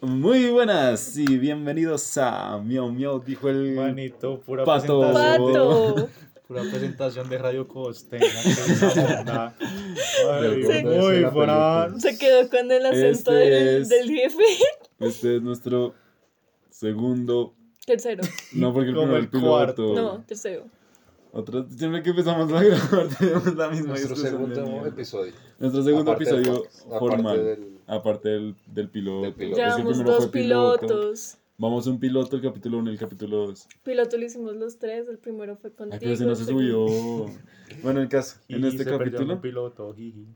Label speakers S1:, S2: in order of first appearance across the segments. S1: Muy buenas y bienvenidos a Miau Miau, dijo el
S2: Manito, pura
S1: Pato.
S2: presentación.
S3: Pato.
S2: Pura presentación de Radio Costeña. que esa onda. Ay,
S3: Sí.
S2: Muy
S4: La
S2: buena.
S4: película.
S3: Se quedó con el acento
S1: Este
S3: del,
S1: es-
S3: del jefe.
S1: Este es nuestro segundo.
S3: Tercero.
S1: No, porque el
S2: Como
S1: primero
S2: el
S1: el piloto.
S3: No, tercero.
S1: Otro- siempre que empezamos a grabar tenemos la misma
S4: Nuestro
S1: discusión de
S4: segundo
S1: mierda.
S4: episodio.
S1: Nuestro segundo
S4: Aparte del
S1: episodio
S4: podcast, aparte
S1: formal.
S4: del-
S1: Aparte del, del piloto.
S4: Del piloto.
S1: Es que
S3: Llevamos
S1: pues primero
S3: dos
S1: fue piloto.
S3: pilotos.
S1: Vamos a un piloto, el capítulo 1 y el capítulo 2.
S3: Piloto lo hicimos los tres. El primero fue contigo.
S1: Ay, pero ese no
S3: el
S1: se
S3: segundo-
S1: subió. Bueno, en caso, en
S2: Y
S1: este
S2: se perdió
S1: capítulo,
S2: un piloto, jiji.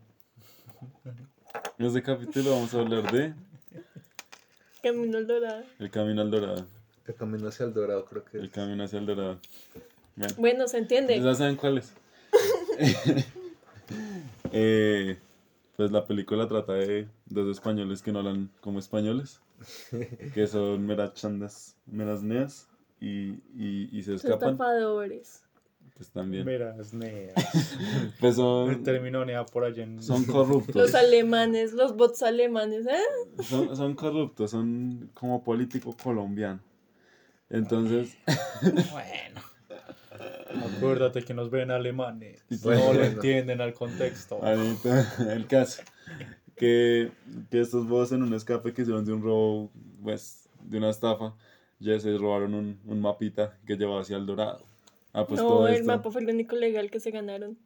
S1: en este capítulo vamos a hablar de
S3: Camino al Dorado.
S1: El Camino al Dorado.
S4: El camino hacia el dorado, creo que
S1: El
S4: es.
S1: Camino hacia el Dorado. Bueno.
S3: Bueno, se entiende.
S1: Pues Ya saben cuáles. Eh, pues la película trata de dos españoles que no hablan como españoles, que son meras chandas, meras neas, y, y- y se
S3: Son
S1: escapan.
S3: tapadores.
S1: Pues también.
S2: Verás, nea.
S1: Pues son,
S2: Terminó nea por allá en.
S1: son corruptos.
S3: Los alemanes, los bots alemanes, ¿eh?
S1: Son, son corruptos, son como político colombiano. Entonces,
S2: Acuérdate que nos ven alemanes.
S1: Sí,
S2: No
S4: bueno.
S2: le entienden al contexto.
S1: Ah, ahorita el caso, que, que estos bots en un escape que hicieron de un robo, pues, de una estafa, ya se robaron un, un mapita que llevaba hacia el dorado. Ah, pues
S3: no,
S1: todo
S3: el
S1: esto.
S3: mapa fue el único legal que se ganaron.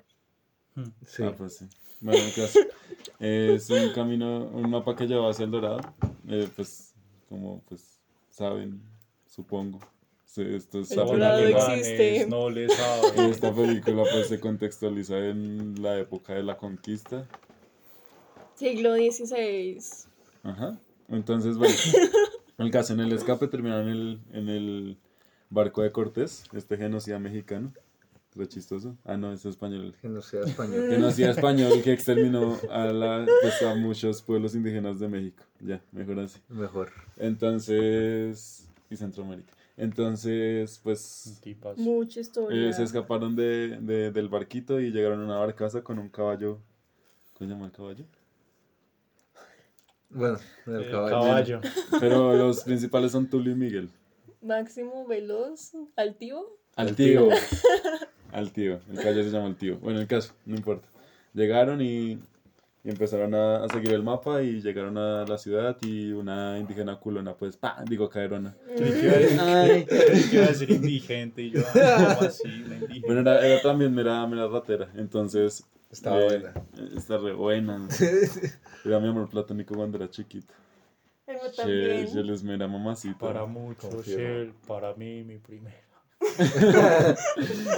S4: Sí.
S1: Ah, pues sí. Bueno, el caso, es un camino, un mapa que llevaba hacia el dorado, eh, pues, como, pues, saben, supongo. Sí, esto es
S3: El
S1: saben
S3: dorado
S1: que va-
S3: alemanes, existe.
S2: No le
S1: Y
S2: saben.
S1: Esta película pues se contextualiza en la época de la conquista.
S3: Siglo XVI.
S1: Ajá. Entonces, bueno, el caso en el escape terminaron en el, en el barco de Cortés, este genocida mexicano. Re chistoso. Ah, no, es español.
S4: Que no sea español.
S1: Genocida español que exterminó a, la, pues, a muchos pueblos indígenas de México. Ya, mejor así.
S4: Mejor.
S1: Entonces, y Centroamérica. Entonces, pues
S2: Tipas.
S3: Mucha
S1: Eh,
S3: historia.
S1: se escaparon de, de- del barquito y llegaron a una barcaza con un caballo. ¿Cómo se llama el caballo?
S4: Bueno, el
S2: El
S4: caballo.
S2: caballo.
S1: Pero los principales son Tulio y Miguel.
S3: Máximo, veloz, altivo.
S1: Al
S4: Al
S1: tío. Al tío. El caballo se llama el tío. Bueno, el caso, no importa. Llegaron y, y empezaron a, a seguir el mapa y llegaron a la ciudad y una indígena culona, pues, pa, digo caerona.
S2: Creí que iba a decir- creí que iba a decir indigente y yo, ah, ¿cómo así? Una indigente.
S1: Bueno, era, era también mera, mera ratera. Entonces,
S4: Estaba
S1: eh,
S4: buena.
S1: Está re buena. Era mi amor platónico cuando era chiquito.
S3: Pero
S1: Che,
S3: también.
S1: yo les mera mamacita.
S2: Para muchos,
S4: Confirmo.
S2: Shell, para mí, mi primero.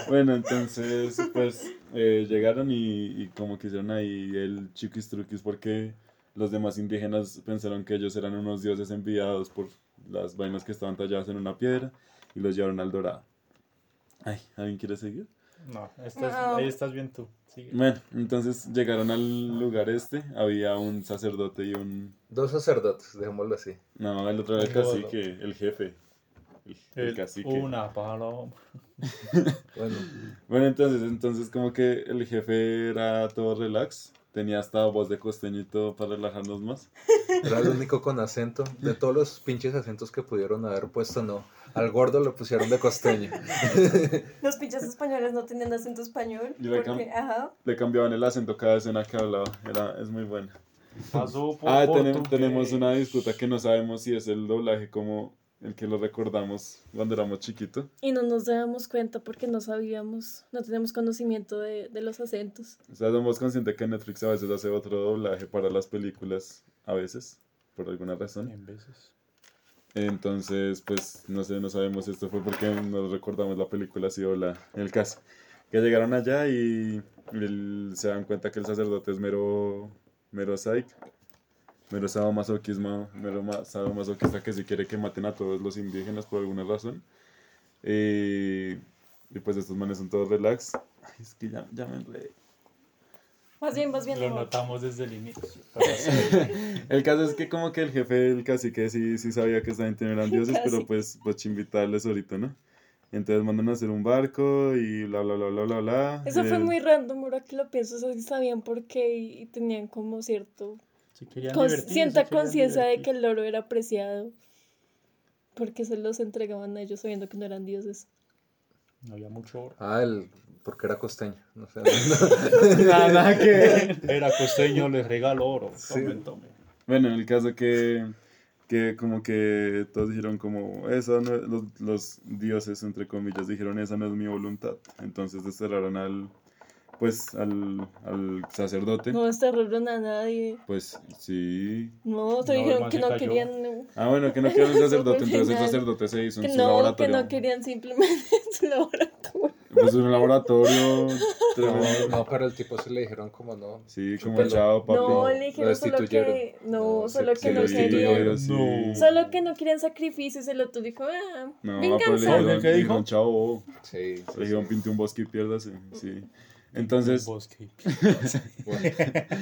S1: Bueno, entonces, pues eh, llegaron y, y como que hicieron ahí el chiquis truquis porque los demás indígenas pensaron que ellos eran unos dioses enviados por las vainas que estaban talladas en una piedra y los llevaron al dorado. Ay, ¿alguien quiere seguir?
S2: No,
S3: No.
S2: estás, ahí estás bien tú. Sigue.
S1: Bueno, entonces llegaron al lugar este, había un sacerdote y un...
S4: Dos sacerdotes, dejémoslo así.
S1: No, el otro era el
S2: No, no.
S1: cacique, el jefe. El, el
S2: El-
S1: cacique.
S2: una paloma.
S4: Bueno,
S1: Bueno, entonces, entonces como que el jefe era todo relax, tenía hasta voz de costeño y todo para relajarnos más.
S4: era el único con acento. De todos los pinches acentos que pudieron haber puesto, no. Al gordo lo pusieron de costeño.
S3: Los pinches españoles no tienen acento español.
S1: Y la
S3: Porque,
S1: cam-
S3: ajá.
S1: Le cambiaban el acento cada escena que hablaba, era, es muy buena.
S2: Pasó por
S1: Ah, tenem-
S2: Portugués.
S1: tenemos una disputa que no sabemos si es el doblaje como el que lo recordamos cuando éramos chiquitos.
S3: Y no nos dábamos cuenta porque no sabíamos, no tenemos conocimiento de, de los acentos.
S1: O sea, somos conscientes que Netflix a veces hace otro doblaje para las películas, a veces, por alguna razón.
S2: En veces.
S1: Entonces, pues, no sé, no sabemos, esto fue porque nos recordamos la película así o la, el caso. Que llegaron allá y el- se dan cuenta que el sacerdote es mero, mero psych, mero sadomasoquismo, mero ma- sadomasoquista que si quiere que maten a todos los indígenas por alguna razón. Eh, y pues estos manes son todos relax. Ay, es que ya, ya me enredé.
S3: Más bien, más bien.
S2: Lo
S3: amor.
S2: notamos desde el inicio.
S1: El caso es que como que el jefe, el cacique, sí, sí sabía que esta gente no eran dioses, pero
S3: Cacique.
S1: pues, pues invitarles ahorita, ¿no? Entonces mandan a hacer un barco y bla, bla, bla, bla, bla, bla.
S3: Eso fue
S1: Eh,
S3: muy random, ahora que lo pienso, o sea, que sabían por qué y, y tenían como cierto
S2: Se querían
S3: Con-
S2: divertir, se
S3: sienta
S2: querían
S3: conciencia de
S2: divertir.
S3: que el loro era apreciado porque se los entregaban a ellos sabiendo que no eran dioses.
S2: No había mucho oro.
S4: Ah, el, porque era costeño. No sé.
S1: Nada, nada que ver.
S2: Era costeño, les regalo oro. Tomen, tomen.
S1: Bueno, en el caso que, que como que todos dijeron como, esa no es- los, los dioses, entre comillas, dijeron, esa no es mi voluntad. Entonces desterraron al, pues, al, al sacerdote.
S3: No desterraron a nadie.
S1: Pues sí.
S3: No, te
S2: No,
S3: dijeron
S2: además
S3: que
S2: se
S3: no
S2: cayó.
S3: querían. no,
S1: Ah, bueno, que no querían un sacerdote,
S3: Súper
S1: entonces el
S3: genial.
S1: sacerdote se hizo en
S3: Que
S1: su
S3: no, que
S1: laboratorio.
S3: no querían simplemente su laboratorio.
S1: Pues un laboratorio
S4: No,
S1: tremendo.
S4: no, pero el tipo se le dijeron como no.
S1: Sí, como
S4: Chúpelo.
S1: chao, papi.
S3: No, le dijeron solo que.
S4: destituyeron.
S3: No,
S4: No,
S3: solo
S4: se-
S3: que
S4: se
S3: no
S4: lo
S3: querían.
S4: destituyeron.
S2: No.
S3: Solo que no querían sacrificios. El otro dijo, ah,
S1: No, pero le
S3: venganza.
S1: dijeron,
S2: ¿Qué
S1: le
S2: dijo?
S1: dijeron, chao.
S4: Sí,
S1: Le
S4: sí, sí.
S1: dijeron, pinte un bosque y piérdase. Sí. Entonces,
S2: Bosque.
S4: Bueno,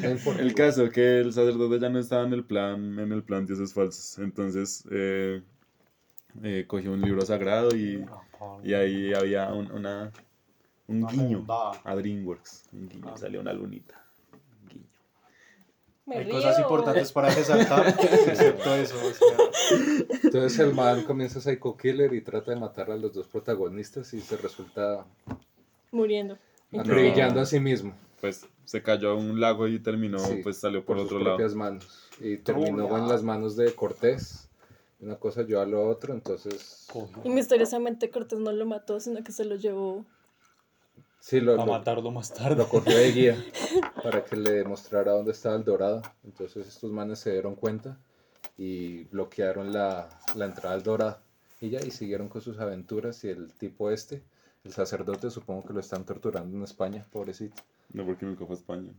S4: no importa.
S1: El caso que el sacerdote ya no estaba en el plan, en el plan dioses falsos. Entonces eh, eh, cogió un libro sagrado y, y ahí había un, una, un
S2: Una
S1: guiño
S2: bondad.
S1: a DreamWorks. Un guiño,
S4: Ah.
S1: salió una lunita. Un guiño.
S3: Me
S2: Hay
S3: río.
S2: cosas importantes para resaltar, excepto eso. o sea,
S4: Entonces el man comienza a Psycho Killer y trata de matar a los dos protagonistas y se resulta
S3: Muriendo.
S4: acribillando a sí mismo.
S1: Pues se cayó a un lago y terminó,
S4: Sí,
S1: pues salió por,
S4: por,
S1: otro
S4: sus
S1: lado.
S4: propias manos. Y terminó en las manos de Cortés. Una cosa llevó a lo otro, entonces
S2: cogió.
S3: Y misteriosamente Cortés no lo mató, sino que se lo llevó.
S4: sí lo,
S2: A
S4: lo,
S2: matarlo más tarde.
S4: lo cogió de guía para que le demostrara dónde estaba el dorado. Entonces estos manes se dieron cuenta y bloquearon la, la entrada al dorado. Y ya, y siguieron con sus aventuras y el tipo este, el sacerdote, supongo que lo están torturando en España, pobrecito.
S1: No porque nunca fue a España.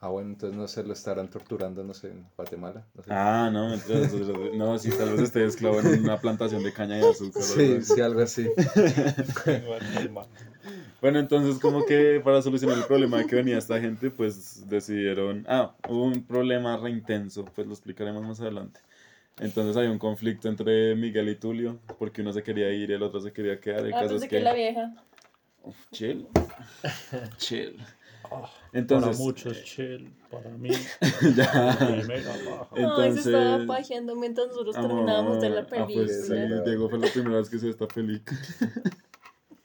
S4: Ah, bueno, entonces no se lo estarán torturando, no sé, en Guatemala. No sé.
S1: Ah, no, entonces, no, sí, tal vez esté esclavo en una plantación de caña de azúcar.
S4: sí,
S1: ¿verdad?
S4: sí, algo así.
S1: Bueno, entonces como que para solucionar el problema de que venía esta gente, pues decidieron, ah, hubo un problema re intenso, pues lo explicaremos más adelante. Entonces había un conflicto entre Miguel y Tulio, porque uno se quería ir y el otro se quería quedar. El caso
S3: Antes
S1: es
S3: pues,
S1: que...
S3: de Ah, que la vieja.
S1: Uf, chill. chill.
S2: Oh, Para
S1: Entonces...
S2: muchos, chill. Para mí,
S1: ya.
S2: primera baja.
S3: Ay, se estaba
S1: Entonces...
S3: pajeando mientras nosotros terminábamos de
S1: Ah,
S3: la
S1: ah,
S3: película.
S1: pues sí,
S4: película.
S1: Diego fue la primera vez que hizo esta película.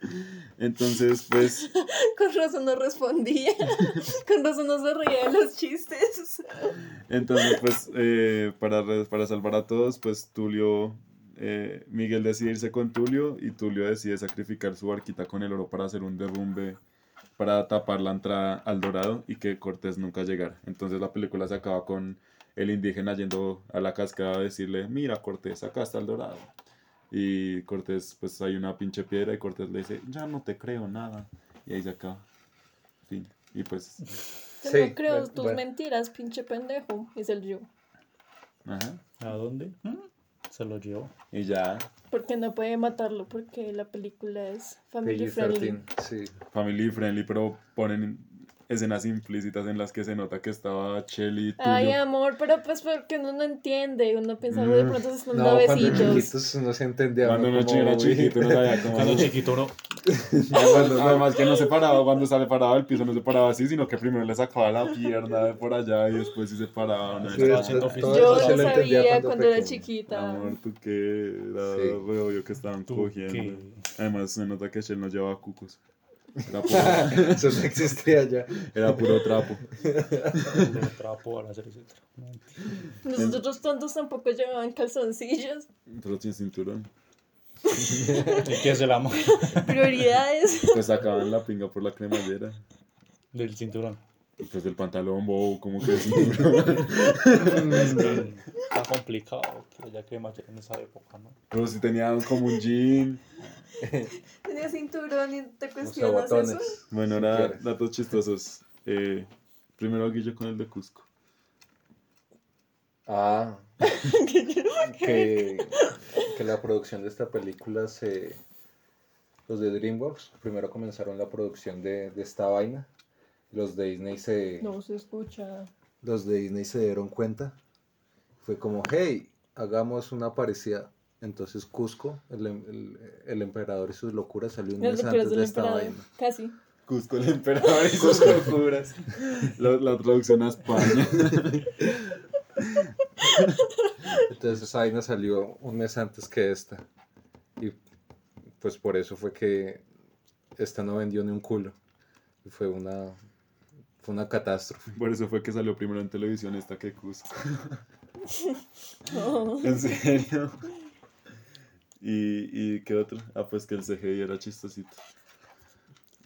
S1: Entonces, pues...
S3: Con razón no respondía. Con razón no se reía de los chistes.
S1: Entonces, pues, eh, para, re- para salvar a todos, pues Tulio, eh, Miguel decide irse con Tulio y Tulio decide sacrificar su barquita con el oro para hacer un derrumbe, para tapar la entrada al Dorado y que Cortés nunca llegara. Entonces la película se acaba con el indígena yendo a la cascada a decirle, mira Cortés, acá está el Dorado. Y Cortés, pues hay una pinche piedra y Cortés le dice, ya no te creo nada. Y ahí se acaba. Fin. Y pues,
S3: Yo
S4: Sí,
S3: no creo
S4: bueno,
S3: tus
S4: bueno.
S3: mentiras, pinche pendejo. Es el yo.
S1: ajá.
S2: ¿A dónde? ¿Mm? Se lo llevó.
S1: Y ya,
S3: Porque no puede matarlo, porque la película es family friendly.
S4: PG-13, sí.
S1: family friendly, pero ponen escenas implícitas en las que se nota que estaba Chelly y
S3: Ay,
S1: Tulio.
S3: amor, pero pues porque uno no entiende. Uno piensa, "Uy, de pronto se están
S4: No, cuando
S3: novecitos.
S4: chiquitos no se entendía.
S1: Cuando
S4: ¿no?
S1: uno
S4: Como,
S1: era
S4: uy,
S1: chiquito, no sabía cómo.
S2: Cuando chiquito no.
S1: Además, además que no se paraba, cuando se le paraba el piso no se paraba así, sino que primero le sacaba la pierna de por allá y después sí se paraba. ¿no?
S2: Sí,
S4: sí,
S2: Estaba
S4: sí,
S2: haciendo
S4: todo
S2: oficio.
S3: Yo
S4: eso sí
S3: lo
S4: lo entendía
S3: sabía
S4: cuando
S3: cuando, era
S4: pequeño.
S3: chiquita.
S1: Amor, tú qué, era
S4: Sí.
S1: re obvio que estaban
S2: ¿Tú
S1: cogiendo.
S2: qué?
S1: Además se nota que Shell no llevaba cucos. Era puro,
S4: Eso no existía ya.
S1: era puro trapo.
S2: Lo trapo al hacer ese trapo.
S3: Nosotros tontos tampoco llevaban calzoncillos.
S1: Pero sin cinturón.
S2: ¿Y qué es el amor?
S3: Prioridades.
S1: Pues sacaban la pinga por la cremallera.
S2: Del cinturón.
S1: Y pues el pantalón, bobo, como que cinturón.
S2: Está complicado que haya crema en esa época, ¿no?
S1: Pero si tenía como un jean.
S3: Tenía cinturón y te
S4: Los
S3: cuestionas eso.
S4: botones.
S1: Bueno,
S4: Si
S1: ahora
S4: quieres.
S1: datos chistosos. Eh, primero Guillo con el de Cusco.
S4: Ah, que, que la producción de esta película se... Los de DreamWorks primero comenzaron la producción de, de esta vaina. Los de Disney se...
S3: No se escucha.
S4: los de Disney se dieron cuenta, fue como, hey, hagamos una parecida. Entonces Cusco, el, em- el- el emperador y sus locuras salió un
S3: Las
S4: mes
S3: locuras
S4: antes
S3: del
S4: de esta
S3: emperador.
S4: vaina.
S3: Casi.
S1: Cusco el emperador y sus locuras. La, la traducción a España.
S4: Entonces esa vaina salió un mes antes que esta. Y pues por eso fue que esta no vendió ni un culo. Y fue una, fue una catástrofe.
S1: Por eso fue que salió primero en televisión esta que Cusco.
S3: No.
S1: ¿En serio? ¿Y, y qué otro? Ah, pues que el CGI era chistosito.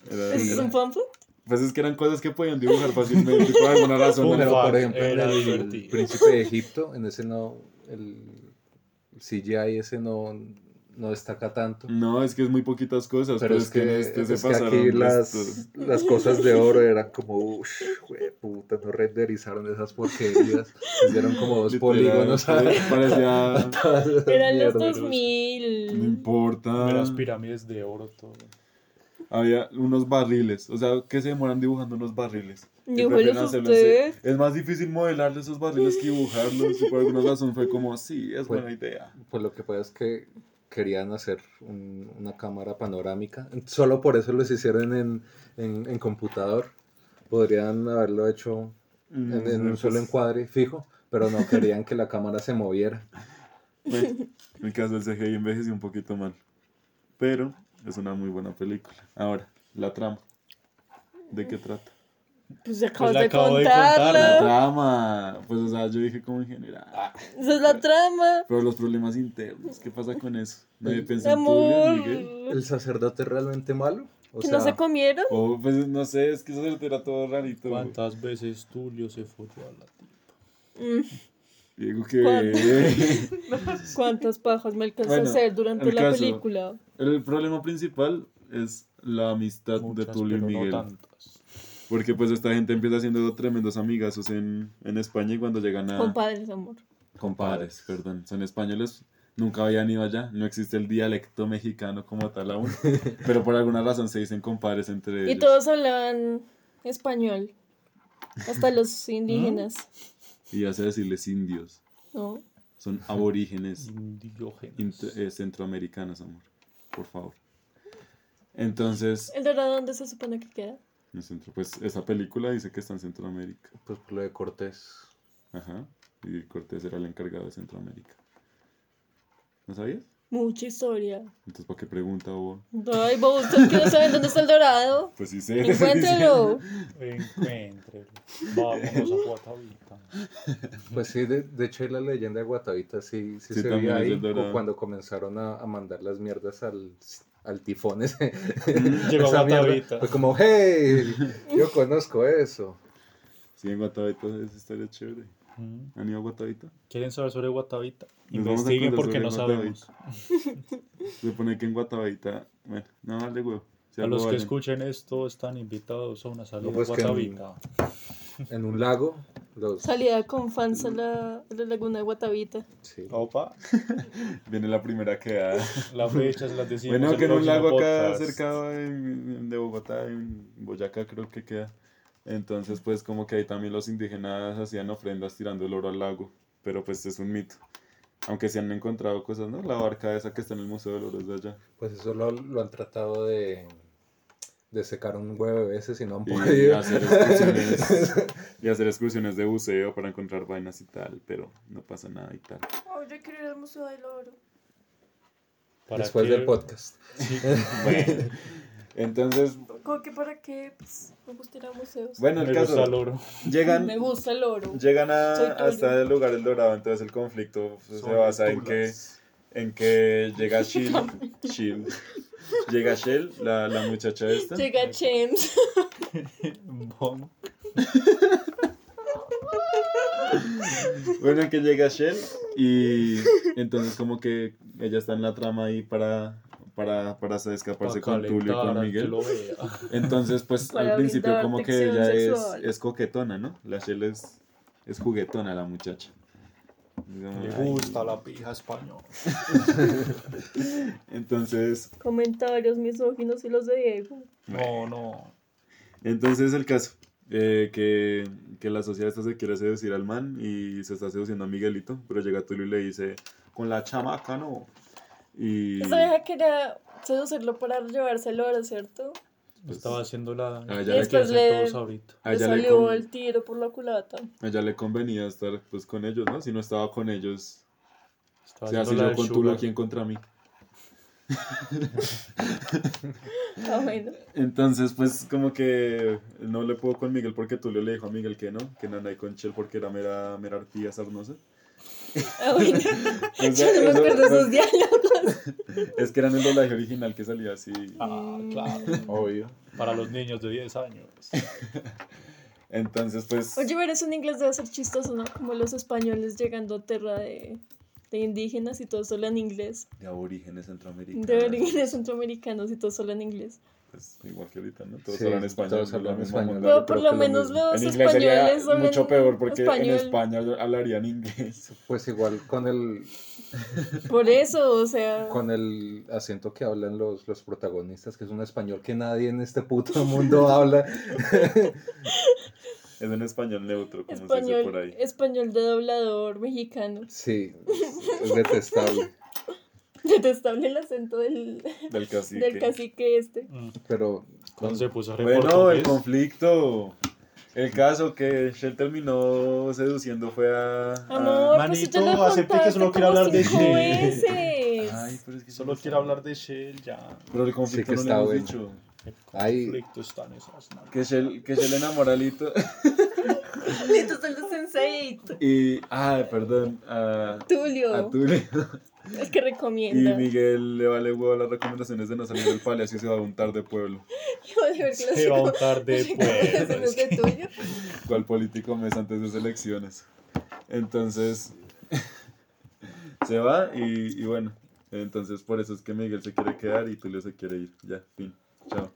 S1: Era-
S3: ¿Eso es
S1: era-
S3: un fanfic?
S1: pues es que eran cosas que podían dibujar fácilmente por alguna razón.
S2: Fun
S4: Pero,
S2: fact,
S4: por ejemplo, en
S2: era
S4: el
S2: divertido.
S4: príncipe de Egipto, en ese no, el CGI ese no, no destaca tanto.
S1: No, es que es muy poquitas cosas,
S4: Pero es que,
S1: en este
S4: es
S1: se
S4: que
S1: pasaron.
S4: aquí
S1: pues,
S4: las,
S1: todo.
S4: las cosas de oro eran como, uff, puta, no renderizaron esas porquerías. Hicieron como dos
S1: Literal,
S4: polígonos.
S1: sí, Parecía.
S3: Eran los
S4: Mierda.
S1: No
S3: 2000.
S1: importa.
S2: Las pirámides de oro, todo.
S1: Había unos barriles. O sea, ¿qué se demoran dibujando unos barriles? Y prefieren
S3: Dibújelos
S1: hacerlo así.
S3: usted.
S1: Es más difícil modelar esos barriles que dibujarlos. Y por alguna razón fue como, sí, es
S4: Fue-
S1: buena idea.
S4: Pues lo que pasa es que querían hacer un- una cámara panorámica. Solo por eso los hicieron en, en- en computador. Podrían haberlo hecho en, en
S1: Mm,
S4: un solo
S1: pues,
S4: encuadre fijo, pero no querían que la cámara se moviera.
S1: Bueno, en el caso del CGI envejeció un poquito mal. Pero es una muy buena película. Ahora, la trama. ¿De qué trata?
S3: Pues ya acabas
S2: la
S3: de
S2: acabo de
S1: La
S3: contarla.
S2: contarla.
S1: trama. Pues, o sea, yo dije como en general.
S3: Esa es la trama.
S1: Pero los problemas internos, ¿qué pasa con eso? Nadie piensa en Tulio,
S3: Amor.
S1: Miguel.
S4: ¿El sacerdote es realmente malo? O
S3: ¿Que
S4: sea,
S3: no se comieron?
S1: O, pues, no sé, es que eso se era todo rarito. güey.
S2: ¿Cuántas veces Tulio se folló a la tía?
S3: Mm,
S1: Digo que...
S3: ¿Cuánto? ¿Cuántas pajas me alcanza
S1: Bueno,
S3: a hacer durante
S1: el
S3: la
S1: caso.
S3: película?
S1: El problema principal es la amistad de
S2: Muchas,
S1: Tulio y
S2: pero no
S1: Miguel.
S2: tantas.
S1: porque pues esta gente empieza siendo tremendos amigazos en, en España y cuando llegan a...
S3: Compadres, amor.
S1: Compadres, perdón. Son españoles, nunca habían ido allá, no existe el dialecto mexicano como tal aún, pero por alguna razón se dicen compadres entre
S3: Y
S1: ellos.
S3: todos hablaban español. Hasta
S1: ¿Ah?
S3: los indígenas.
S1: Y hace decirles indios,
S3: ¿No?
S1: son aborígenes.
S2: Indiógenas.
S1: Int- eh, centroamericanas, amor. Por favor. Entonces,
S3: ¿El dorado dónde se supone que queda?
S1: en centro- pues esa película dice que está en Centroamérica.
S4: Pues por lo de Cortés.
S1: Ajá. Y Cortés era el encargado de Centroamérica. ¿No sabías?
S3: Mucha historia.
S1: Entonces, ¿para qué pregunta, bobo?
S3: Ay, vos, ustedes que no saben dónde está el dorado.
S1: Pues sí sé.
S3: Encuéntrelo.
S2: Encuéntrelo. Vámonos a Guatavita.
S4: Pues sí, de, de hecho la leyenda de Guatavita sí,
S1: Sí,
S4: sí se
S1: también
S4: veía
S1: es
S4: ahí
S1: del Dorado.
S4: cu- cuando comenzaron a, a mandar las mierdas al, al tifón ese.
S2: Llegó
S4: Esa mierda.
S2: Guatavita.
S4: Fue como, hey, yo conozco eso.
S1: Sí, en Guatavita esa historia es chévere.
S2: Mm.
S1: ¿Han ido a Guatavita?
S2: ¿Quieren saber sobre Guatavita?
S1: Nos vamos a
S2: Investiguen
S1: encontrar
S2: porque
S1: sobre
S2: no
S1: Guatavita.
S2: sabemos.
S1: Se supone que en Guatavita... Bueno, no, vale, huevo. Si
S2: A
S1: algo
S2: los que
S1: valen.
S2: escuchen esto están invitados a una salida
S4: No, pues
S2: a
S4: que-
S2: Guatavita.
S4: En un lago, los...
S3: Salida con fans a la, a la laguna de Guatavita.
S4: sí.
S2: Opa,
S1: Viene la primera quedada.
S2: la fecha es la decimos.
S1: Bueno,
S2: el
S1: que en un
S2: próximo
S1: lago acá
S2: podcast.
S1: cerca en- de Bogotá, en Boyacá creo que queda. Entonces, pues como que ahí también los indígenas hacían ofrendas tirando el oro al lago, pero pues es un mito. Aunque se han encontrado cosas, ¿no? La barca esa que está en el Museo del Oro es de allá.
S4: Pues eso lo, lo han tratado de, de secar un huevo de veces y no han
S1: Y,
S4: podido.
S1: hacer excursiones, y hacer excursiones de buceo para encontrar vainas y tal, pero no pasa nada y tal.
S3: Oh, yo quiero ir al Museo del Oro.
S2: ¿Para
S4: Después
S2: qué?
S4: del podcast.
S2: Sí.
S1: Bueno, entonces,
S3: ¿Cómo que para qué? Pues, me gusta ir a museos.
S1: bueno, el
S2: Me gusta el
S1: caso,
S2: oro.
S1: llegan,
S3: Me gusta el oro.
S1: llegan a-
S3: Soy tuyo.
S1: hasta el lugar El Dorado, entonces el conflicto pues, se
S2: Son
S1: basa en que...
S2: tulas.
S1: en que llega Shield, Shield. llega Shell, la, la muchacha esta,
S3: Llega James.
S2: Bon.
S1: bueno, que llega Shell y entonces como que ella está en la trama ahí para, para, para hacer escaparse
S2: Pa'
S1: Pues con Tulio y
S2: calentar,
S1: con
S2: al que
S1: Miguel,
S2: lo vea.
S1: entonces pues
S3: Para
S1: al principio
S3: brindar
S1: como que
S3: atención
S1: ella es,
S3: sexual.
S1: es coquetona, ¿no? La Shell es, es juguetona la muchacha. Digamos,
S2: Le
S1: ay.
S2: gusta la pija española.
S1: Entonces,
S3: Comentarios misóginos y los de Diego.
S2: No, no.
S1: entonces el caso. eh, que, que la sociedad esta se quiere seducir al man y se está seduciendo a Miguelito, pero llega Tulio y le dice, con la chamaca, no. Y
S3: Esa vieja quería seducirlo para llevárselo oro, ¿cierto?
S1: Pues,
S2: Estaba haciendo la.
S1: Ah, ya le
S2: la que
S3: quedó.
S2: hacen todos ahorita.
S1: a
S3: Le
S1: ella le,
S3: salió
S1: con-
S3: el tiro por la culata.
S1: a ella le convenía estar pues con ellos, ¿no? Si no estaba con ellos,
S2: Estaba
S1: o sea,
S2: haciendo
S1: si
S2: la
S1: yo
S2: del
S1: con
S2: sugar.
S1: Tulo, ¿quién contra mí?
S3: Ah, bueno.
S1: Entonces, pues como que no le puedo con Miguel porque Tulio le dijo a Miguel que no, que Nana y con Chel porque era mera, mera arpía sarnosa.
S3: Ah, bueno.
S1: O sea,
S3: Yo no
S1: eso-
S3: me
S1: pues,
S3: acuerdo esos diálogos.
S1: es que eran el doblaje original que salía así.
S2: Ah, claro.
S4: Obvio.
S2: Para los niños de 10 años.
S1: Entonces, pues...
S3: Oye, pero es un inglés debe ser chistoso, ¿no? Como los españoles llegando a tierra de, de indígenas y todos hablan inglés.
S1: De aborígenes centroamericanos.
S3: De orígenes centroamericanos y todos hablan inglés.
S1: Pues, igual que ahorita, ¿no? Todos
S4: Sí,
S1: hablan español.
S4: todos
S1: es la
S4: hablan
S1: misma
S4: español.
S1: monda,
S3: Pero
S1: yo
S3: por
S1: creo
S3: lo
S1: que es
S3: menos
S1: mismo.
S3: los
S1: En inglés sería
S3: españoles hablan
S1: mucho peor porque en
S3: español.
S1: España hablarían inglés.
S4: Pues igual con el,
S3: Por eso, o sea.
S4: con el acento que hablan los, los protagonistas, que es un español que nadie en este puto mundo habla.
S1: Es un español neutro, como se dice por
S3: Español,
S1: ahí.
S3: español de doblador mexicano.
S4: Sí, es- es detestable.
S3: Detestable el acento del,
S1: Del cacique.
S3: del cacique este.
S2: Mm.
S4: Pero
S2: Entonces pues, se puso re
S1: Bueno, el
S2: portugués.
S1: conflicto. El caso que Shell terminó seduciendo fue a. a-
S3: Amor, pues
S2: Ah,
S3: tú
S2: Manito,
S3: ya lo
S2: acepte que
S3: contaste
S2: solo quiero
S3: como
S2: hablar de
S3: cinco
S2: ti.
S3: veces.
S1: Ay, pero es que
S2: Solo
S1: sí,
S2: quiero hablar de Shell ya.
S1: Pero el conflicto
S4: que
S1: no le
S4: está
S1: hemos
S4: bueno.
S1: dicho.
S2: El
S4: Ahí-
S2: conflicto está en esas nalgas.
S1: Que Shell, que Shell enamora a Lito.
S3: Listo, son los sensei.
S1: Y. Ah, perdón. A, a
S3: Tulio,
S1: Tulio.
S3: el que
S1: Y
S3: recomienda.
S1: Miguel le vale huevo las recomendaciones de no salir del palacio y se va a untar de pueblo.
S3: Yo de ver que los
S2: Se va a
S3: recomendaciones
S2: untar de pueblo.
S3: de Tulio.
S1: cual político mes antes de elecciones. Entonces, se va y, y bueno, entonces por eso es que Miguel se quiere quedar y Tulio se quiere ir. Ya, fin. Chao.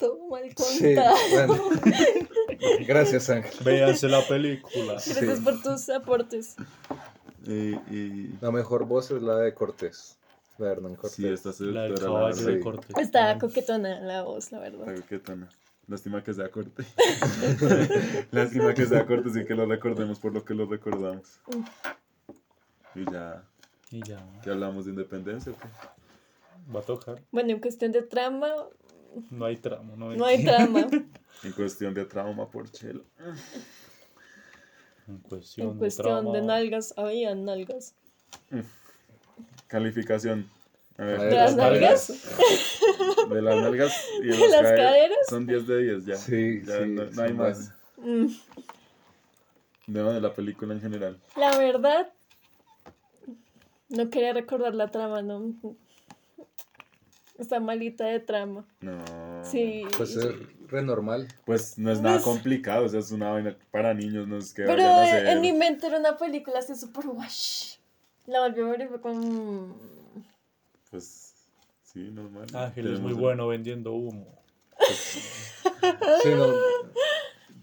S3: Todo mal
S4: sí,
S3: contado.
S4: bueno. Gracias, Ángel.
S2: Véanse la película.
S3: Gracias
S4: sí.
S3: por tus aportes.
S1: Y, y
S4: La mejor voz es la de Cortés, la de Hernán Cortés.
S1: sí, esta
S2: La del
S1: seductora, la
S2: caballo
S1: verdad,
S2: de
S4: sí.
S2: corte.
S3: Estaba coquetona la voz, la
S1: está
S3: verdad.
S1: coquetona. Lástima que sea corte. Lástima que sea corte, sí que lo recordemos por lo que lo recordamos. Y ya,
S2: Y ya.
S1: que hablamos de independencia. o qué?
S2: Va a tocar.
S3: Bueno, en cuestión de trama,
S2: No hay tramo. No hay,
S3: no hay trama.
S1: En cuestión de trauma por chelo.
S2: En cuestión,
S3: En cuestión
S2: trama.
S3: de nalgas, había nalgas.
S1: Calificación. A ver.
S4: La
S3: ¿De las nalgas?
S1: De las nalgas y
S3: ¿De las
S1: cade-
S3: caderas?
S1: Son 10 de 10 ya.
S4: Sí,
S1: Ya
S4: sí,
S1: no, no
S4: sí,
S1: hay
S4: bueno.
S1: más.
S3: Mm,
S1: No, de la película en general.
S3: La verdad, no quería recordar la trama, no. Está malita de trama.
S1: No.
S3: Sí.
S4: Pues es re normal.
S1: Pues no es nada
S3: Pues-
S1: complicado, o sea, es una vaina para niños, no es que
S3: Pero
S1: vayan a
S3: eh,
S1: hacer-
S3: en mi mente era una película así súper wash. La volví a ver y fue con.
S1: Pues sí, normal.
S2: Ángel es muy
S1: Tenemos-
S2: bueno vendiendo humo.
S4: Sí, no,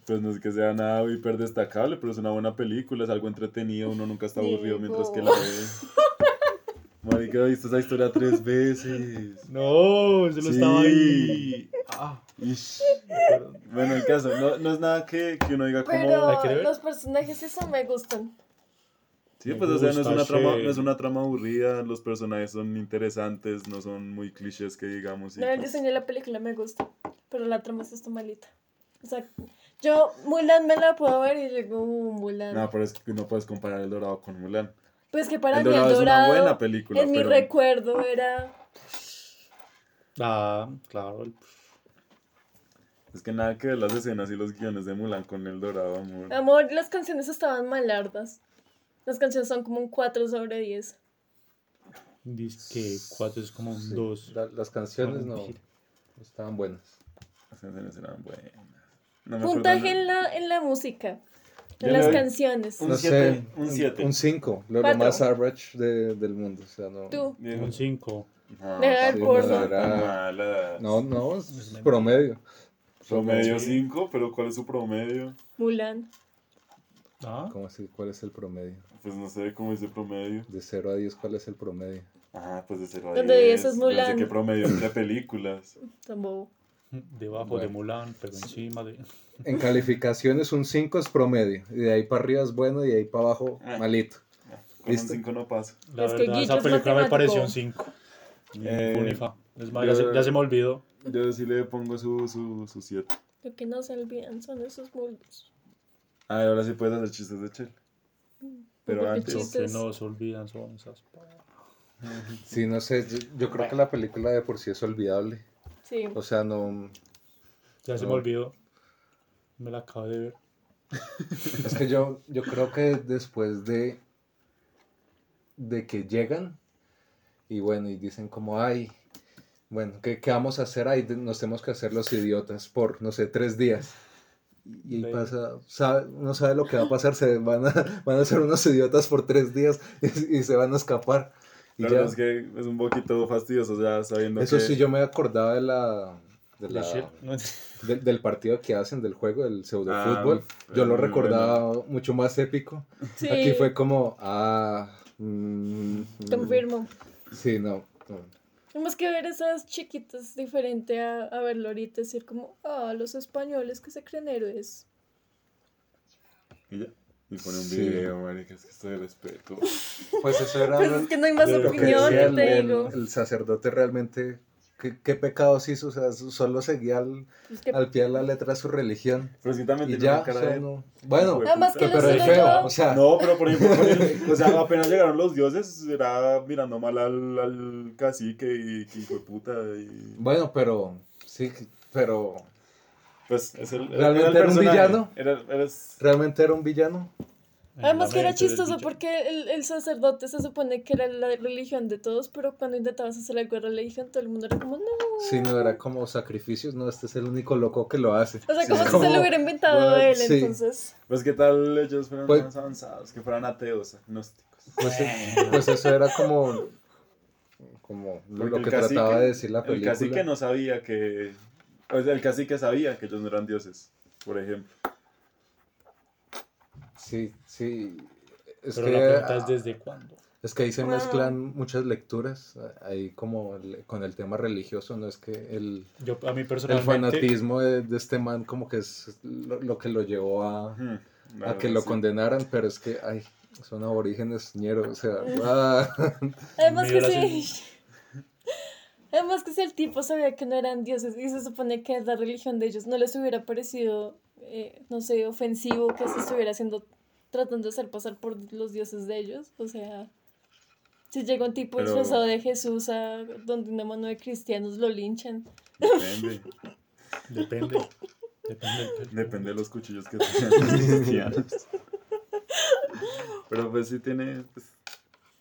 S1: Pues no es que sea nada hiper destacable, pero es una buena película, es algo entretenido, uno nunca está aburrido
S3: Diego.
S1: mientras que la ve. Marica, he visto esa historia tres veces.
S2: No, se lo
S1: Sí.
S2: estaba ahí. Ah,
S1: Ish.
S2: perdón.
S1: Bueno, el caso, no, no es nada que, que uno diga como...
S2: ¿La
S3: Pero
S2: quiere ver?
S3: los personajes eso me gustan.
S1: Sí,
S2: Me
S1: pues o sea, no es,
S2: gusta,
S1: una trama,
S2: che.
S1: no es una trama aburrida, los personajes son interesantes, no son muy clichés que digamos. y
S3: No, el
S1: pues-
S3: diseño de la película me gusta. Pero la trama sí está malita. O sea, yo Mulan me la puedo ver y digo, uh, Mulan.
S1: No, pero es que no puedes comparar El Dorado con Mulan.
S3: pues que para
S1: el
S3: mí el
S1: Dorado es una
S3: dorado.
S1: buena película,
S3: en mi
S1: pero-
S3: recuerdo era.
S2: Ah, claro. el-
S1: Es que nada que ver las escenas y los guiones de Mulan con El Dorado, amor.
S3: Amor, las canciones estaban malardas. Las canciones son como un 4 sobre 10.
S2: Dice que 4 es como un
S4: sí,
S2: 2.
S4: la- las canciones no
S2: Mentira.
S4: no estaban buenas.
S1: Las escenas eran buenas. No me acuerdo
S3: Puntaje
S1: nada.
S3: en la, en la música,
S1: Yo
S3: en
S1: le
S3: las
S1: doy-
S3: canciones.
S1: Un
S4: no
S1: siete,
S4: sé,
S1: un siete.
S4: Un 5, lo, lo
S3: Cuatro.
S4: más average de- del mundo. O sea, no,
S3: Tú,
S1: Diego,
S2: Un 5.
S1: No,
S3: Deja el
S1: sí,
S3: porno.
S1: no tan malas.
S4: no, no, es
S2: Pues me-
S4: promedio.
S1: Promedio
S2: Sí.
S1: 5, pero ¿cuál es su promedio?
S3: Mulan.
S2: Ah,
S4: ¿Cómo así? ¿Cuál es el promedio?
S1: Pues no sé cómo dice promedio.
S4: De 0 a 10, ¿cuál es el promedio?
S1: Ah, pues de 0 a 10.
S3: Donde diez es Mulan.
S1: Pensé que promedio entre películas.
S3: Tampoco.
S2: debajo de
S4: Bueno.
S2: Mulan, pero encima de.
S4: En calificaciones un 5 es promedio. Y de ahí para arriba es bueno y de ahí para abajo
S1: Ah.
S4: malito.
S1: Con un
S4: Listo.
S1: 5 no paso.
S2: La
S3: Es que
S2: verdad,
S3: Guillo
S2: esa
S3: es
S2: película me
S3: matemático.
S2: pareció un 5.
S1: Eh,
S2: Es más, ya, se, ya se me olvidó.
S1: Yo sí le pongo su 7. Su, 7.
S3: Lo que no se olvidan son esos moldes.
S1: ah, y ahora sí puedes hacer chistes de Chel. Pero
S3: Porque
S1: antes-
S2: Los que
S3: chistes-
S2: no se olvidan son esas palabras.
S4: Sí, no sé, yo, yo creo que la película de por sí es olvidable.
S3: Sí.
S4: O sea, no...
S2: Ya se
S4: No.
S2: me olvidó. Me la acabo de ver.
S4: Es que yo, yo creo que después de, de que llegan y bueno, y dicen como, ay, bueno, ¿qué, qué vamos a hacer? Ahí nos tenemos que hacer los idiotas por, no sé, tres días. Y ahí
S2: Ve.
S4: pasa, sabe- uno sabe lo que va a pasar, se van a, van a ser unos idiotas por tres días y, y se van a escapar. Y
S1: La
S4: ya.
S1: verdad es que es un poquito fastidioso ya sabiendo
S4: Eso
S1: que...
S4: sí, yo me acordaba de la... de
S2: La
S4: la-
S2: shit. No,
S4: del, del partido que hacen, del juego, del pseudo
S1: Ah,
S4: fútbol. Yo
S1: es
S4: lo
S1: muy
S4: recordaba mucho más épico.
S3: Sí,
S4: Aquí fue como, ah, mm, mm,
S3: confirmo.
S4: Sí, no. no.
S3: Tenemos que ver esas chiquitas diferente a, a verlo ahorita, decir como, ah, los españoles que se creen héroes.
S1: Y, ya. Y pone un
S4: Sí.
S1: video, marica, es que estoy de respeto.
S4: Pues eso era
S3: Pues
S4: lo-
S3: es que no hay más
S2: de
S4: lo que
S3: opinión,
S4: decía
S3: yo
S4: el,
S3: te
S4: el-
S3: digo.
S4: el sacerdote realmente. ¿Qué, qué pecados hizo? O sea, su- solo seguía al,
S3: Es que-
S4: al pie de la letra su religión.
S1: Pero es que también
S4: Y
S1: tiene
S4: ya,
S1: una cara
S4: o sea,
S1: de...
S4: no. Bueno,
S1: Hijo
S3: Nada más que
S1: puta,
S3: lo
S4: pero es
S3: solo
S4: feo.
S3: yo-
S4: O sea,
S1: No, pero por ejemplo, por ejemplo, o sea, apenas llegaron los dioses, era mirando mal al, al cacique y que hijo de puta. Y,
S4: bueno, pero. Sí, pero.
S1: pues es el,
S4: ¿Realmente era un
S1: personaje,
S4: villano?
S1: Era, eres-
S4: ¿Realmente era un villano?
S3: Además que era
S2: lamento del
S3: chistoso
S2: villano.
S3: porque el, el sacerdote se supone que era la religión de todos, pero cuando intentabas hacer algo de religión, todo el mundo era como, no.
S4: Sí, no era como sacrificios. No, este es el único loco que lo hace.
S3: O sea,
S4: Sí,
S3: como
S4: es
S3: si se lo hubiera inventado
S4: what?
S3: él,
S4: Sí.
S3: entonces.
S1: pues qué tal ellos fueran
S4: Pues-
S1: más avanzados, que fueran ateos, agnósticos.
S4: Pues, pues eso era como, como lo
S1: Porque
S4: lo
S1: el
S4: que
S1: cacique-
S4: trataba de decir la
S1: El
S4: película.
S1: cacique no sabía que... O sea, el cacique sabía que ellos no eran dioses, por ejemplo.
S4: Sí, sí. Es
S2: Pero
S4: que, ah.
S2: la pregunta es desde cuándo.
S4: es que ahí se
S3: Ah.
S4: mezclan muchas lecturas, ahí como el- con el tema religioso, no es que el,
S2: Yo, a mí
S4: el
S2: personalmente.
S4: fanatismo de, de este man como que es lo, lo que lo llevó a,
S1: Hmm,
S4: a
S1: bueno,
S4: que lo
S1: sí.
S4: condenaran, pero es que, ay, son aborígenes ñeros, o sea, ah,
S3: Además
S2: Me
S3: que
S2: dio la
S3: sí. Además que si el tipo sabía que no eran dioses y se supone que es la religión de ellos, no les hubiera parecido, eh, no sé, ofensivo que se estuviera haciendo, tratando de hacer pasar por los dioses de ellos. O sea, si llega un tipo
S1: Pero-
S3: disfrazado de Jesús a donde una mano de cristianos lo linchan.
S1: Depende.
S2: Depende. Depende. del-
S1: Depende de los cuchillos que tengan los cristianos. Pero pues sí tiene. Pues,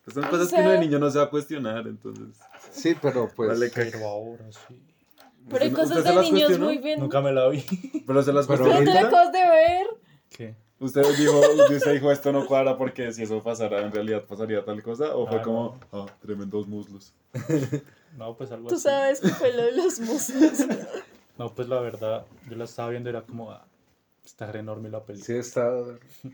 S1: pues son
S3: O
S1: cosas que
S3: sea-
S1: uno de niño no se va a cuestionar, entonces.
S4: sí, pero pues,
S1: Vale, caca.
S2: Pero ahora sí.
S3: Pero hay
S1: ¿Usted-
S3: cosas
S1: usted se
S3: de
S1: las
S3: niños
S1: cuestionó?
S3: muy bien.
S2: Nunca me la vi.
S1: Pero se las
S4: Pero
S3: Pero tú
S1: cuestionó.
S3: lo
S1: ahorita.
S3: acabas de ver.
S2: ¿Qué?
S1: Usted dijo, usted dijo esto no cuadra porque si eso pasara, en realidad pasaría tal cosa. O fue
S2: Ah,
S1: como, ah, tremendos muslos.
S2: No, pues algo
S3: Tú
S2: así.
S3: sabes que fue lo de los muslos.
S2: No, pues la verdad, yo la estaba viendo, era como. ah, está re enorme la película.
S4: sí está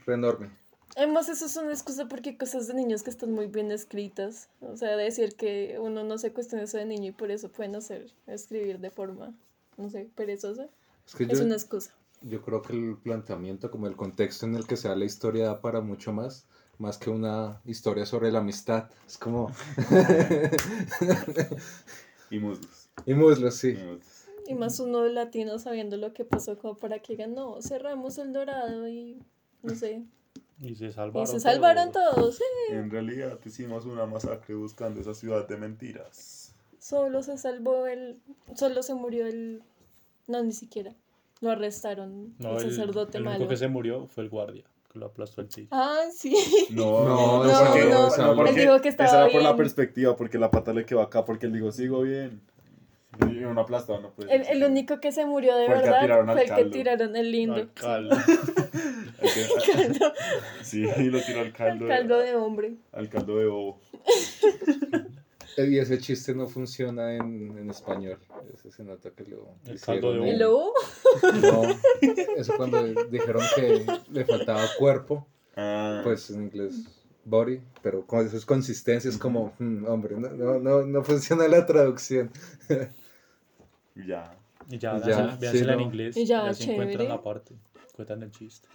S4: re enorme.
S3: Además, eso es una excusa porque hay cosas de niños que están muy bien escritas. O sea, decir que uno no se cuestiona eso de niño y por eso pueden hacer escribir de forma, no sé, perezosa.
S4: Es que
S3: Es
S4: yo-
S3: una excusa.
S4: Yo creo que el planteamiento, como el contexto en el que se da la historia, da para mucho más, más que una historia sobre la amistad. Es como.
S1: Y muslos.
S4: y muslos,
S1: y
S4: sí.
S1: muslos.
S3: Y más uno de latino sabiendo lo que pasó como para que digan, no, cerramos el dorado y no sé.
S2: Y se
S3: Y
S2: salvaron.
S3: se salvaron
S2: todos.
S3: todos. ¿eh?
S1: En realidad hicimos una masacre buscando esa ciudad de mentiras.
S3: Solo se salvó el... Solo se murió el... No, ni siquiera. Lo arrestaron.
S2: No,
S3: el
S2: el,
S3: sacerdote
S2: el
S3: malo.
S2: único que se murió fue el guardia, que lo aplastó el tigre.
S3: Ah, sí.
S1: No,
S4: No,
S3: no,
S1: porque-
S3: no, no,
S1: no, porque
S3: él dijo que estaba
S1: esa era por la
S3: bien.
S1: perspectiva, porque la pata le quedó acá, porque él dijo, sigo bien. Y uno aplastado, no puede
S3: El,
S1: ser.
S3: el único que se murió de
S1: Fue el que
S3: verdad
S1: tiraron al
S3: fue el que
S1: caldo.
S3: tiraron el lindo.
S2: Al caldo.
S1: Hay que-
S3: Caldo,
S1: Sí, lo tiró al caldo,
S3: el caldo de hombre.
S1: al caldo de bobo.
S4: Y ese chiste no funciona en, en español. Ese se nota que lo.
S2: El
S4: hicieron
S2: caldo de
S4: en-
S2: Sí.
S3: ¿El lobo?
S4: No, eso cuando dijeron que le faltaba cuerpo,
S1: Ah,
S4: pues en inglés body, pero con esas consistencias como, "Hmm, hombre, no, no, no, no funciona la traducción.
S1: ya.
S2: Y ya,
S4: Y ya,
S2: véansela-
S4: sí,
S2: véansela en
S4: no.
S2: inglés.
S3: Y
S2: Y
S3: ya,
S2: ya, se encuentran
S3: chévere.
S2: la parte. Cuentan el chiste.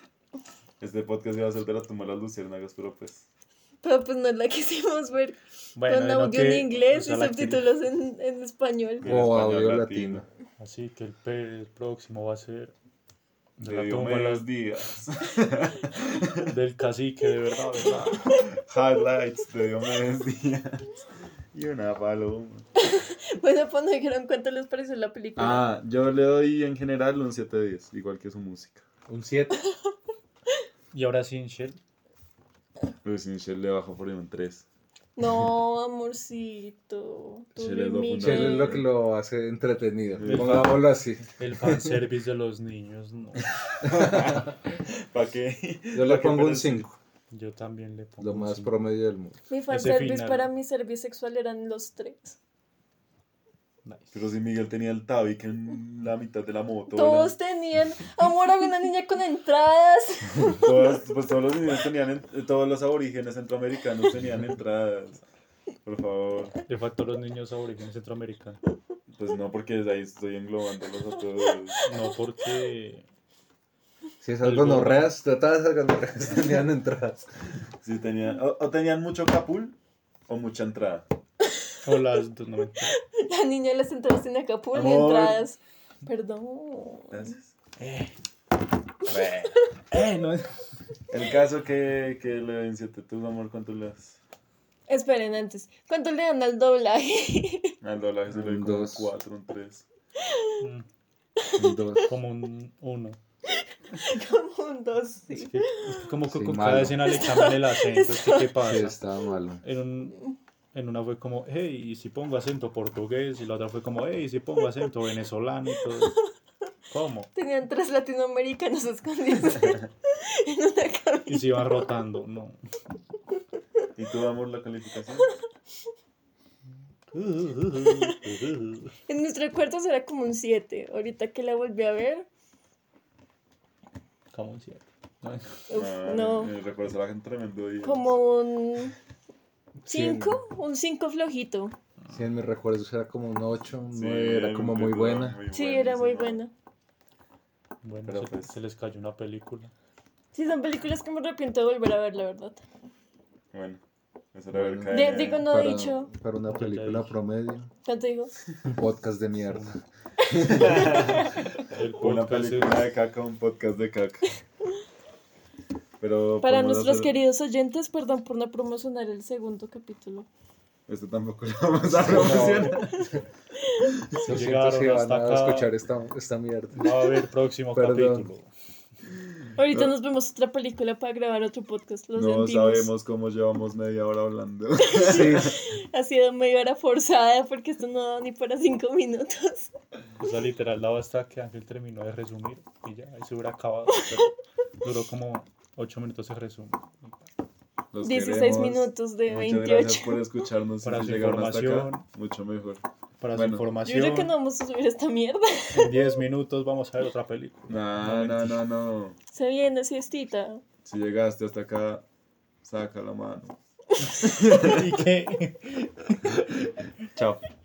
S1: Este podcast iba a ser de la tumba de las luciérnagas, pero pues.
S3: Pero pues no la quisimos ver con
S2: de lo
S3: audio
S2: que-
S3: en
S2: o
S3: inglés
S2: sea,
S3: y
S2: la que-
S3: subtítulos en, en español.
S1: En
S4: O
S1: español
S4: audio
S1: latino.
S4: latino.
S2: Así que el, pe- el próximo va a ser de
S1: Le
S2: la
S1: dio
S2: tumba
S1: malos días.
S2: del cacique, de verdad, verdad.
S1: Highlights de Diomedes Díaz. Y una paloma.
S3: Bueno, pues no dijeron cuánto les pareció la película.
S1: Ah, yo le doy en general un 7 de 10, igual que su música.
S4: Un 7.
S2: Y ahora sí, Shell.
S1: Luis Michel le bajó por ahí un 3.
S3: No, amorcito. Tú
S1: Shell es lo
S3: dime.
S1: fundamental.
S4: es
S2: Mm.
S4: lo que lo hace entretenido.
S1: Sí.
S4: Pongámoslo así.
S2: El fanservice de los niños, no.
S1: ¿Para qué?
S4: Yo le pongo un 5,
S2: Yo también le pongo.
S4: lo
S2: un
S4: más
S2: cinco.
S4: promedio del mundo.
S3: Mi fanservice
S2: final.
S3: para mi servicio sexual eran los tres.
S2: Nice.
S1: Pero si Miguel tenía el tabique en la mitad de la moto.
S3: Todos tenían amor a una niña con entradas.
S1: ¿verdad? Todos, pues todos los niños tenían, en- todos los aborígenes centroamericanos tenían entradas. Por favor.
S2: Le faltó los niños aborígenes centroamericanos.
S1: Pues no, porque desde ahí estoy englobándolos a todos.
S2: No porque
S4: Si esas
S2: El
S4: gonorreas, de todas esas gonorreas tenían entradas.
S1: Sí, tenían, o, o tenían mucho capul o mucha entrada.
S2: o las dos no me entiendo.
S3: La niña de las entradas tenía capul y
S1: Amor.
S3: entradas. Perdón.
S1: Gracias.
S4: Bueno.
S2: Eh, no es-
S1: El caso que, que le den 7, tú, amor, ¿cuánto le das?
S3: Esperen antes. ¿Cuánto le dan al doblaje?
S1: Al dólar se le
S4: Un
S1: dio como un
S4: dos.
S1: 4, un 3.
S2: Mm,
S4: Un 2.
S2: como un uno.
S3: Como un dos,
S2: Es
S3: sí.
S2: que, es que como que
S4: Sí,
S2: con
S4: malo.
S2: cada escena le cambian el acento. Es que, ¿qué pasa?
S4: Sí, estaba malo.
S2: En, un- en una fue como, hey, ¿y si pongo acento portugués? Y la otra fue como, hey, ¿y si pongo acento venezolano? Y todo. ¿Cómo?
S3: Tenían tres latinoamericanos escondidos en una cabina.
S2: Y se iban rotando. No.
S1: ¿Y tú, amor, la calificación?
S3: En mis recuerdos era como un 7. Ahorita que la volví a ver,
S2: Como un siete. No,
S3: uf,
S1: Ah,
S3: no.
S1: eh, Recuerdo a la gente tremendo. día.
S3: Como un 5, un 5 flojito.
S4: Sí, en mis recuerdos era como un 8, un
S1: Sí,
S4: 9, era como muy buena.
S1: muy
S3: Sí, era muy
S1: buenísima.
S3: bueno.
S2: Bueno,
S1: Pero
S2: se,
S1: pues-
S2: se les cayó una película.
S3: Sí, son películas que me arrepiento de volver a ver, la verdad.
S1: Bueno, eso era
S4: Bueno.
S1: ver
S3: De-
S1: caer.
S3: digo, no. he dicho.
S4: para una
S2: Yo te
S4: película
S2: dije.
S4: promedio,
S3: ¿Cuánto digo?
S4: un podcast de mierda.
S2: El
S1: Una
S2: podcast es-
S1: película de caca, un podcast de caca. Pero
S3: Para
S1: podemos
S3: nuestros
S1: hacer-
S3: queridos oyentes, perdón por no promocionar el segundo capítulo.
S1: Este tampoco lo vamos a promocionar.
S4: Lo siento
S2: Llegaron
S4: si van
S2: hasta
S4: a
S2: acá.
S4: escuchar esta, esta mierda.
S2: Va a haber próximo
S4: Perdón.
S2: capítulo.
S3: Ahorita nos vemos otra película para grabar otro podcast. Lo
S1: No
S3: sentimos.
S1: sabemos cómo llevamos media hora hablando.
S4: Sí,
S3: Ha sido media hora forzada porque esto no da ni para cinco minutos.
S2: O sea, literal, la hasta que Ángel terminó de resumir y ya, ahí se hubiera acabado. pero duró como 8 minutos el resumen.
S1: Los
S3: 16
S1: queremos.
S3: minutos de
S1: Muchas gracias
S3: 28.
S1: por escucharnos.
S2: Para
S1: si
S2: su
S1: llegaron hasta acá,
S2: información.
S1: mucho mejor. Bueno.
S2: Para su
S3: Yo
S2: información,
S3: creo que no vamos a subir esta mierda.
S2: en 10 minutos vamos a ver otra película.
S1: No, no, no, no.
S3: Se viene siestita.
S1: Si llegaste hasta acá, saca la mano.
S2: ¿Y qué?
S1: Chao.